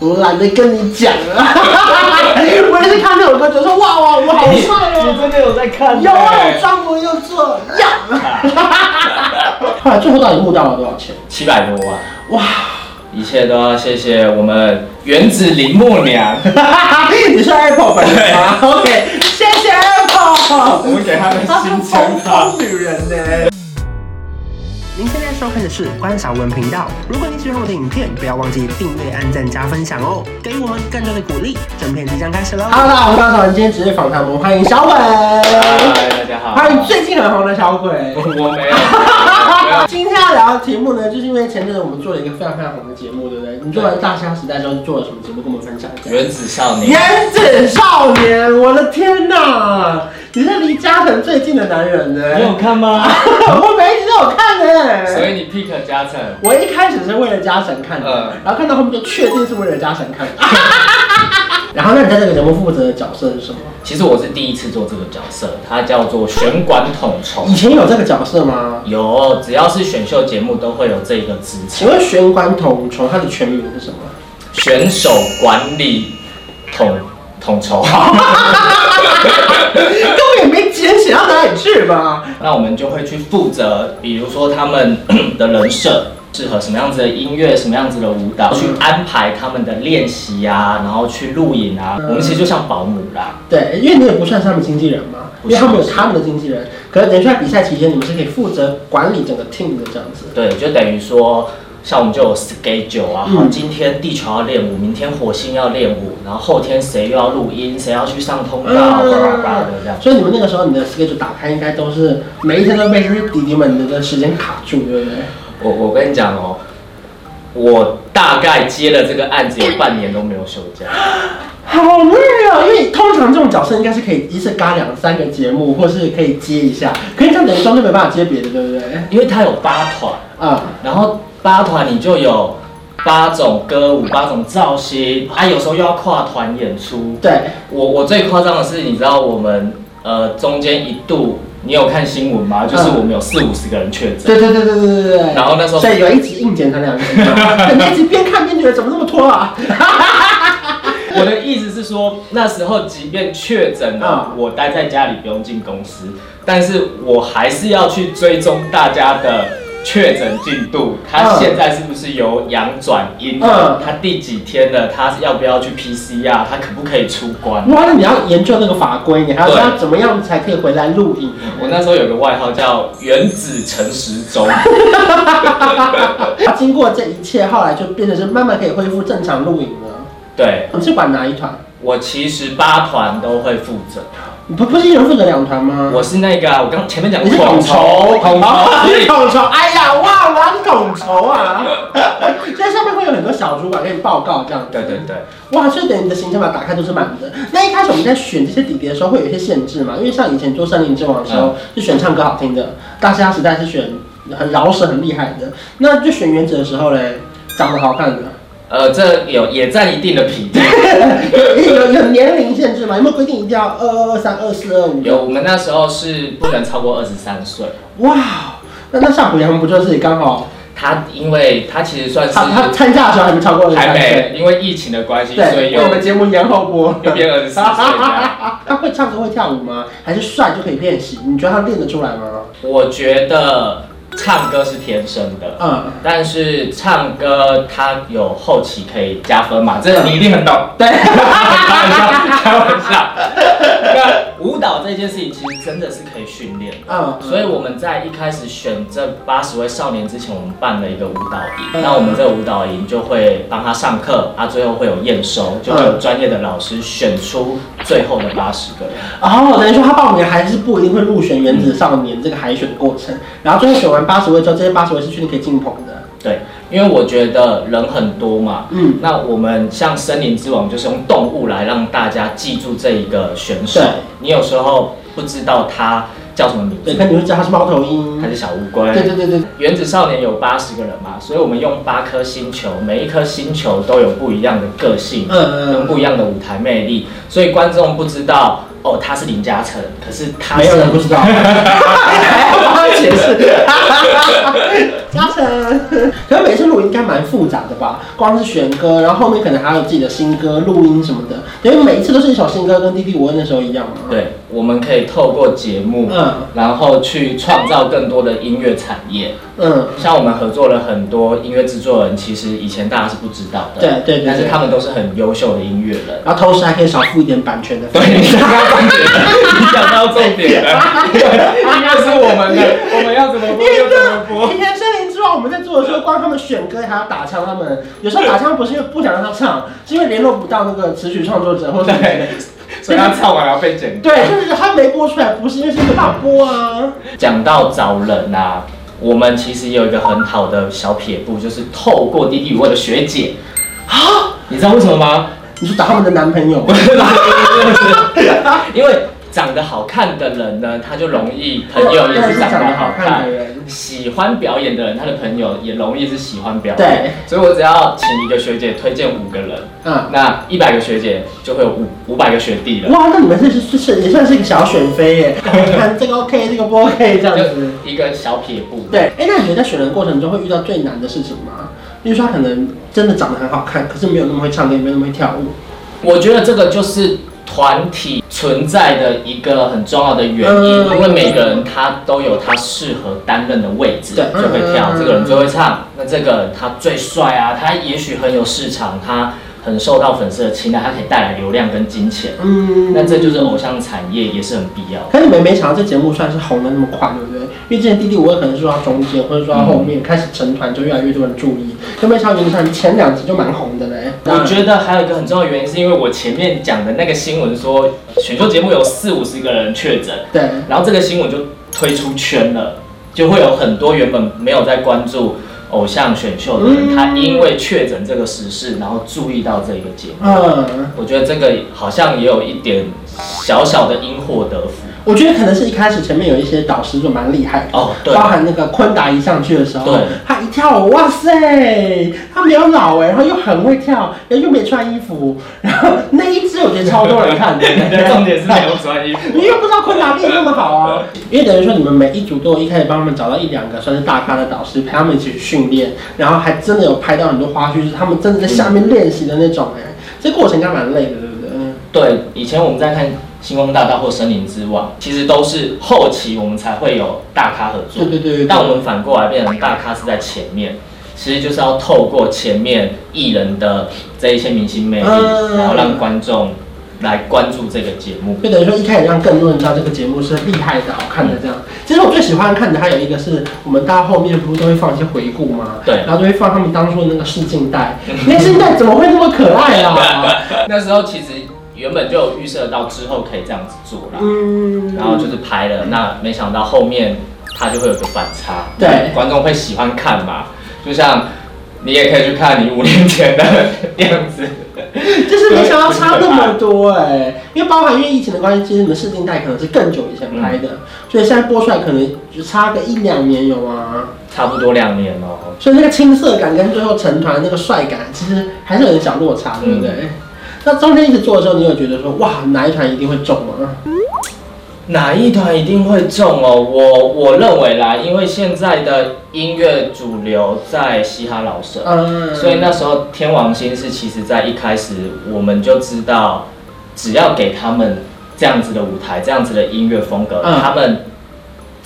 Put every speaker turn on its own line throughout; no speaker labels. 我懒得跟你讲啊了。 我也是看这首歌，觉得说哇哇，我好帅
你
哦！
真的有在看？
有啊，我张国又这 样。啊后啊来最后到底募到了多少钱？
七百多万，
哇！
一切都要谢谢我们原子林默娘，
你是 Apple 本人吗？OK，谢 谢 Apple。
我们给他们新称号。
女人呢、
您现在收看的是关少文频道。如果你喜欢我的影片，不要忘记订阅、按赞、加分享哦，给予我们更多的鼓励。正片即将开始喽！
Hello，大家好，我是大嫂，今天职业访谈，我们欢迎小鬼。
嗨，大家好。
欢迎最近很红的小鬼。
我没有，没 有
今天要聊的题目呢，就是因为前阵子我们做了一个非常非常红的节目，对不对？你做完《大虾时代》之后做了什么节目？跟我们分享一下。
原子少年，
原子少年，我的天哪！你是离嘉诚最近的男人呢、
你有看吗？
我每一集都有看呢、
所以你 pick 加成，
我一开始是为了嘉诚看的，
嗯
然后看到后面就确定是为了嘉诚看的。 然后，那你在这个节目负责的角色是什么？
其实我是第一次做这个角色，它叫做选管统筹
以。前有这个角色吗？
有，只要是选秀节目都会有这个职
请
称，
问玄关统筹他的全名是什么？
选手管理统统筹。
根本也没简写到哪里去吧？
那我们就会去负责，比如说他们 的人设适合什么样子的音乐，什么样子的舞蹈，去安排他们的练习啊，然后去录影啊。
嗯
我们其实就像保姆啦，
对，因为你也不算是他们经纪人嘛，因为
不是
他们有他们的经纪人。可是等于说在比赛期间，你们是可以负责管理整个 team 的这样子。
对，就等于说。像我们就有 schedule 啊，
嗯
好，今天地球要练舞，明天火星要练舞，然后后天谁又要录音，谁要去上通告，
啊
巴拉巴拉的这样。
所以你们那个时候，你的 schedule 打开应该都是每一天都被这些弟弟们的时间卡住，对不对？
我我跟你讲哦，我大概接了这个案子有半年都没有休假，
好累哦，因为通常这种角色应该是可以一次嘎两三个节目，或是可以接一下，可是这样等于说就没办法接别的，对不对？
因为它有八团。
啊、
然后八团你就有八种歌舞、八种造型，啊，有时候又要跨团演出。
对，
我我最夸张的是，你知道我们呃中间一度，你有看新闻吗？就是我们有四五十个人确诊，
对对对对对对对。
然后那时候
嗯所以有一集硬剪成两集，你那集边看边觉得怎么那么拖啊？
我的意思是说，那时候即便确诊了，
嗯
我待在家里不用进公司，但是我还是要去追踪大家的确诊进度，他
嗯
现在是不是由阳转阴
嗯
了？他第几天了？他要不要去 PCR？他可不可以出关？
哇，那你要研究那个法规，你还要知
对
道怎么样才可以回来录影。
我那时候有个外号叫“原子陈时中
经过这一切，后来就变成是慢慢可以恢复正常录影了。”，
对
你是管哪一团？
我其实八团都会负责，
你不不是一人负责两团吗？
我是那个啊、我刚前面讲
你是
过
统筹，
统
哦
筹，所
你是
以
统筹，哎呀，忘了你统筹啊！ 所以上面会有很多小主管给你报告这样子。
对对对。
哇，所以等你的行程表打开都是满的。那一开始我们在选这些底碟的时候会有一些限制嘛？因为像以前做《森林之王》的时
嗯
候、是选唱歌好听的，《大虾时代》是选很饶舌很厉害的，那就选原子的时候嘞，长得好看的，
呃，这有也占一定的比例。
有有有年龄限制吗？有没有规定一定要二二二三、二四、二五？
有，我们那时候是不能超过二十三岁。
哇，哦那那夏普良不就是刚好
他因为他其实算是
他他参加的时候还没超过二十
还
三岁？
没，因为疫情的关系，所
对，
以
为我
又
们节目延后播。
又 变二十四岁这样。
他会唱歌会跳舞吗？还是帅就可以练习？你觉得他练得出来吗？
我觉得唱歌是天生的，
嗯，
但是唱歌它有后期可以加分嘛，这你一定很 懂。
对，
开玩笑，开玩笑。那舞蹈这件事情其实真的是可以训练的。
嗯，
所以我们在一开始选这八十位少年之前，我们办了一个舞蹈
嗯
营。那我们这个舞蹈营就会帮他上课，啊，最后会有验收，就会有专业的老师选出最后的八十个人。
哦，等于说他报名还是不一定会入选原子少年这个海选过程，然后最后选完八十位之后，这些八十位是确定可以进棚的。
对，因为我觉得人很多嘛，
嗯，
那我们像森林之王就是用动物来让大家记住这一个选手
对。
你有时候不知道他叫什么名
对，可
字，
你会知道他是猫头鹰
他。是小乌龟。
对对对对，
原子少年有八十个人嘛，所以我们用八颗星球，每一颗星球都有不一样的个性，
嗯嗯
跟不一样的舞台魅力，所以观众不知道哦，他是林嘉诚，可是他
没有
是
人不知道，还要帮他解释。 嘉诚， 可是每次录音应该蛮复杂的吧？光是选歌，然后后面可能还有自己的新歌录音什么的，因为每一次都是一首新歌，跟 D D 五问那时候一样嘛。，
对，我们可以透过节目，
嗯
然后去创造更多的音乐产业。
嗯，
像我们合作了很多音乐制作人，其实以前大家是不知道的，
对对对
但是他们都是很优秀的音乐人。
然后同时还可以少付一点版权的费
对，你
用。
讲到重点了，你讲到重点了， 音乐是我们的，我们要怎么播就怎么播。
今天森林之王我们在做的时候，光他们选歌还要打枪，他们有时候打枪不是因为不想让他唱，是因为联络不到那个词曲创作者或者
对， 所以他唱完要被剪掉。
对，就是他没播出来，不是因为是没办法播啊。
讲到找人啊，我们其实也有一个很好的小撇步，就是透过滴滴与我的学姐 啊，你知道为什么吗？
你是打他们的男朋友？啊
因为长得好看的人呢，他就容易朋友也哦是长得好
长得好看
看
的人，
喜欢表演的人，他的朋友也容易是喜欢表演。
对，
所以我只要请一个学姐推荐五个人，
嗯，
那一百个学姐就会有五五百个学弟了。
哇，那你们这是是是也算是一个小选妃耶，看这个 OK，这个不 OK 这样子。
就一个小撇步，
对，哎，那你觉得在选人过程中会遇到最难的事情吗？比如说他可能真的长得很好看，可是没有那么会唱歌，也没有那么会跳舞。
我觉得这个就是团体存在的一个很重要的原因，
嗯
因为每个人他都有他适合担任的位置，
对
就会跳，
嗯
这个人最会唱，那这个人他最帅啊，他也许很有市场，他很受到粉丝的青睐，他可以带来流量跟金钱，
嗯，
那这就是偶像产业也是很必要的。
可是你们没想到这节目算是红的那么快，对不对？因为之前《弟弟五二》可能是说到中间，或者说到后面、开始成团，就越来越多人注意。就没想到原上前两集就蛮红的嘞。
我觉得还有一个很重要的原因，是因为我前面讲的那个新闻说，选秀节目有四五十个人确诊，
对，
然后这个新闻就推出圈了，就会有很多原本没有在关注偶像选秀的人，
嗯
他因为确诊这个时事，然后注意到这个节目。
嗯，
我觉得这个好像也有一点小小的因祸得福。
我觉得可能是一开始前面有一些导师就蛮厉害的。
哦，对，
包含那个昆达一上去的时候，
对。
他一跳舞，哇塞，他没有老哎，然后又很会跳，然后又没穿衣服，然后那一支我觉得超多人看的
你的 重点是没有专业。
你又不知道昆达练那么好啊，因为等于说你们每一组都有一开始帮他们找到一两个算是大咖的导师陪他们一起去训练，然后还真的有拍到很多花絮，是他们真的在下面练习的那种哎、这过程应该蛮累的，对不对？嗯
对，以前我们在看《星光大道》或《森林之王》，其实都是后期我们才会有大咖合作。
对对对对
但我们反过来变成大咖是在前面，其实就是要透过前面艺人的这一些明星魅力，
嗯
然后让观众来关注这个节目。
就等于说一开始让更多人知道这个节目是厉害的、好看的这样。其实我最喜欢看的还有一个是我们到后面不是都会放一些回顾吗？
对
然后就会放他们当初的那个试镜 带，那试镜带怎么会那么可爱啊？
那时候其实原本就有预设到之后可以这样子做啦，
嗯，
然后就是拍了，那没想到后面它就会有个反差，
对
观众会喜欢看嘛，就像。你也可以去看你五年前的样 子，
就是没想到差那么多哎、因为包含因为疫情的关系，其实你们试镜带可能是更久以前拍的，所以现在播出来可能就差个一两年有啊。
差不多两年哦。
所以那个青涩感跟最后成团那个帅感，其实还是有点小落差，对不对？嗯那中间一直做的时候，你有觉得说哇哪一团一定会中啊吗？
哪一团一定会中哦？我我认为啦，因为现在的音乐主流在嘻哈老舍，
嗯，
呃所以那时候天王星是其实在一开始我们就知道，只要给他们这样子的舞台，这样子的音乐风格，
嗯
他们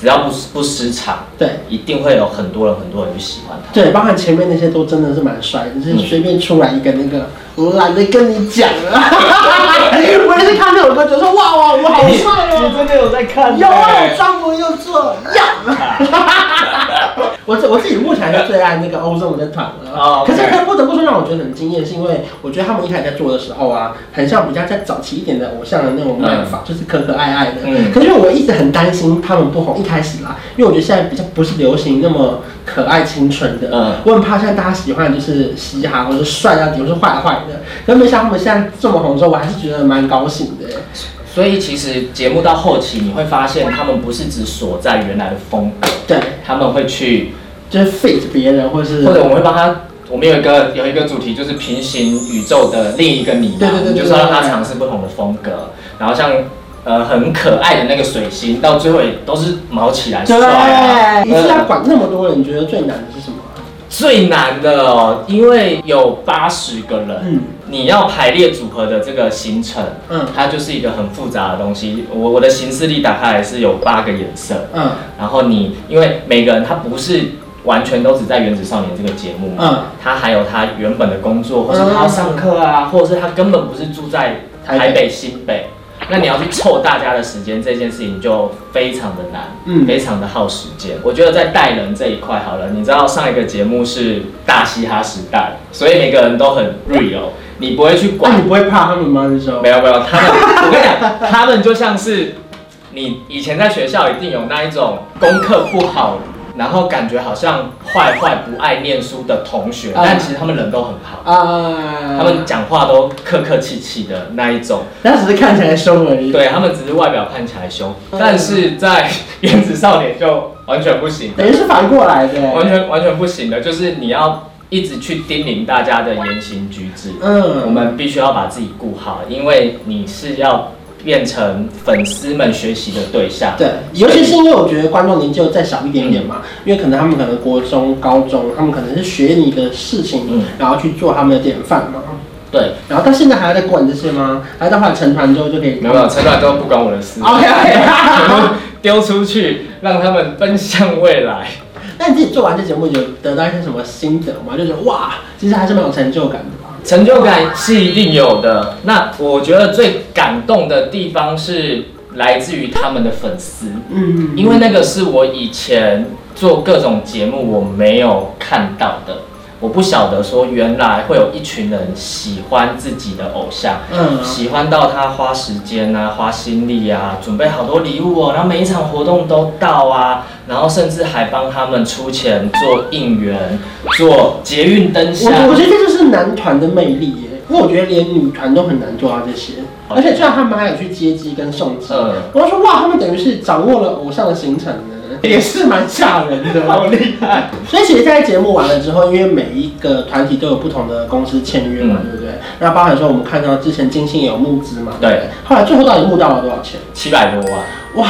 只要不不失常，
对
一定会有很多人很多人去喜欢他。
对，包含前面那些都真的是蛮帅的，就是随便出来一个那个，我懒得跟你讲了。 我也是看这首歌，觉得说哇哇，我好帅哦、
哎真的有在看
有啊，我装模又做样。 我自我自己目前是最爱那个欧洲的团了。
哦
可是
OK
他不得不说让我觉得很惊艳，是因为我觉得他们一开始在做的时候啊，很像比较在早期一点的偶像的那种卖法，就是可可爱爱的。
嗯
可是因为我一直很担心他们不红，一开始啦，因为我觉得现在比较不是流行那么可爱青春的。
嗯
我很怕现在大家喜欢的就是嘻哈或者是帅啊，或者是坏坏的。可是没想到他们现在这么红的时候，我还是觉得蛮高兴的。
所以其实节目到后期，你会发现他们不是只锁在原来的风格，
对，
他们会去，
就是 fit 别人或是
或者我们会帮他。我们有一个有一个主题就是平行宇宙的另一个你嘛，
对对对对对
就是要让他尝试不同的风格。然后像呃很可爱的那个水星，到最后也都是毛起来帅啊。
对，你是要
呃
管那么多人，你觉得最难的是什么啊？
最难的哦，因为有八十个人，
嗯
你要排列组合的这个行程，
嗯
它就是一个很复杂的东西。我我的行事历打开来是有八个颜色，
嗯
然后你因为每个人他不是完全都只在《原子少年》这个节目嘛，
嗯
他还有他原本的工作，或是他要上课啊，或者是他根本不是住在
台北
台北新北。那你要去凑大家的时间，这件事情就非常的难，
嗯
非常的耗时间。我觉得在带人这一块好了，你知道上一个节目是大嘻哈时代，所以每个人都很 real，你不会去管
那哦你不会怕他们吗？那时候
没有没有，他们，我跟你讲，他们就像是你以前在学校一定有那一种功课不好，然后感觉好像坏坏不爱念书的同学，
啊
但其实他们人都很好，
啊，
他们讲话都客客气气的那一种，
他只是看起来凶而已。，
对他们只是外表看起来凶，但是在原子少年就完全不行，
等于是反过来的。
完全完全不行的，就是你要一直去叮咛大家的言行举止，
嗯
我们必须要把自己顾好，因为你是要变成粉丝们学习的对象。
对，尤其是因为我觉得观众年纪又再小一点点嘛，因为可能他们可能国中、高中，他们可能是学你的事情
嗯，
然后去做他们的典范嘛。
对，
然后到现在还要再管这些吗？还要到后来成团之后就可以？
没有没有，陈软都不关我的事。
OK OK 。
啊 丢出去，让他们奔向未来。
那你自己做完这节目有得到一些什么心得吗？就觉得哇，其实还是蛮有成就感的吧。
成就感是一定有的。那我觉得最感动的地方是来自于他们的粉丝，
嗯，
因为那个是我以前做各种节目我没有看到的，我不晓得说原来会有一群人喜欢自己的偶像，
嗯
喜欢到他花时间啊，花心力啊，准备好多礼物哦，然后每一场活动都到啊，然后甚至还帮他们出钱做应援，做捷运灯下。
我我觉得这就是啊男团的魅力耶，因为我觉得连女团都很难做到这些，而且最后他们还有去接机跟送机，
嗯
我就说哇，他们等于是掌握了偶像的行程呢。 也是蛮吓人的， 好厉害！所以其实，在节目完了之后，因为每一个团体都有不同的公司签约嘛，
嗯
对不对？那包含说我们看到之前金星也有募资嘛，
对，
后来最后到底募到了多少钱？
七百多万，
哇！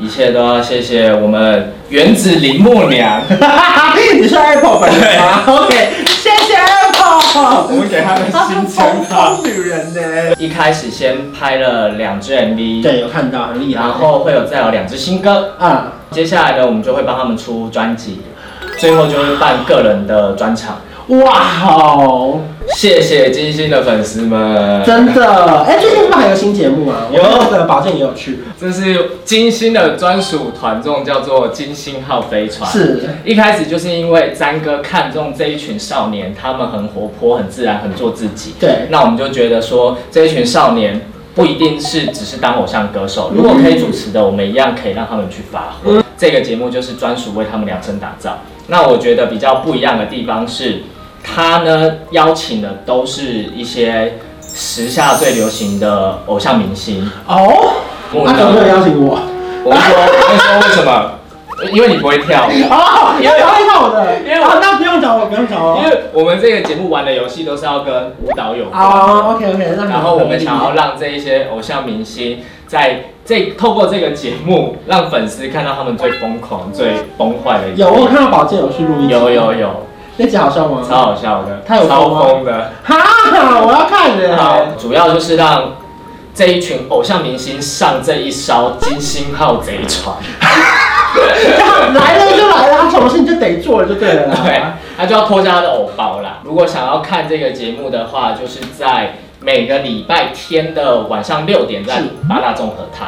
一切都要谢谢我们原子林默娘，
你是 Apple 粉丝吗？OK，谢 谢 Apple。
我们给他们
她是
新称
风
号。
风女人呢。
一开始先拍了两支 MV，，
对，有看到，很厉害。
然后会有再有两支新歌，
啊，
接下来呢，我们就会帮他们出专辑，最后就是办个人的专场。
哇哦，
谢谢金星的粉丝们，
真的！哎，最近是不是还有新节目啊？
有
我那个保健也有去，
这是金星的专属团众，叫做金星号飞船。
是
一开始就是因为詹哥看中这一群少年，他们很活泼、很自然、很做自己。
对
那我们就觉得说，这一群少年不一定是只是当偶像歌手，
嗯
如果可以主持的，我们一样可以让他们去发挥。这个节目就是专属为他们量身打造。那我觉得比较不一样的地方是，他呢邀请的都是一些时下最流行的偶像明星。
哦。
我
他怎么没有邀请我？
我们 说，我们说为什么？因为你不会跳。
哦，
因为
要找一下我的，
因为
哦，那不用找我，不用找我。
因为我们这个节目玩的游戏都是要跟舞蹈有关的
哦，OK OK，那
然后我们想要让这一些偶像明星在这透过这个节目，让粉丝看到他们最疯狂、最崩坏的一面
有，我有看到保健有去录音，
有有有，
那集好笑吗？
超好笑的，
他有疯吗
超疯的。
哈，我要看
好
的。，
主要就是让这一群偶像明星上这一艘金星号贼船。
啊来了就来了，什么事情就得做了就对了啦。
对，他就要脱下他的偶包啦。如果想要看这个节目的话，就是在每个礼拜天的晚上六点在
是
八大综合台，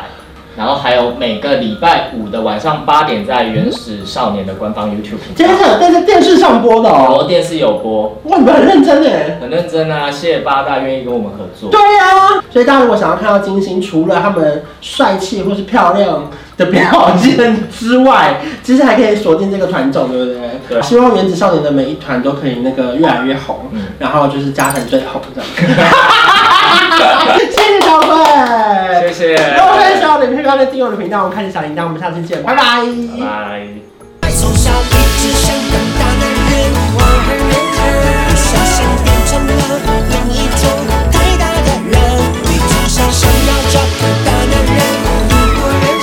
然后还有每个礼拜五的晚上八点在原始少年的官方 YouTube
今
频
天
道，
是有在这电视上播的
我
哦。
电视有播，
哇，你们很认真哎。
很认真啊，谢谢八大愿意跟我们合作。
对啊，所以大家如果想要看到金星，除了他们帅气或是漂亮的表现之外，其实还可以锁定这个团种，对不对？
对
希望原子少年的每一团都可以那个越来越红，
嗯
然后就是加成最红 这样。谢谢小慧，
谢谢，
如果喜欢小的影片，不要忘记订阅我的频道，我们看见小铃铛，我们下次见，拜
拜拜。
从小一直想当大男人，我很认真，不小心变成了另一种太大的人，一直想想要找个大男人。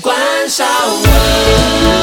关少文。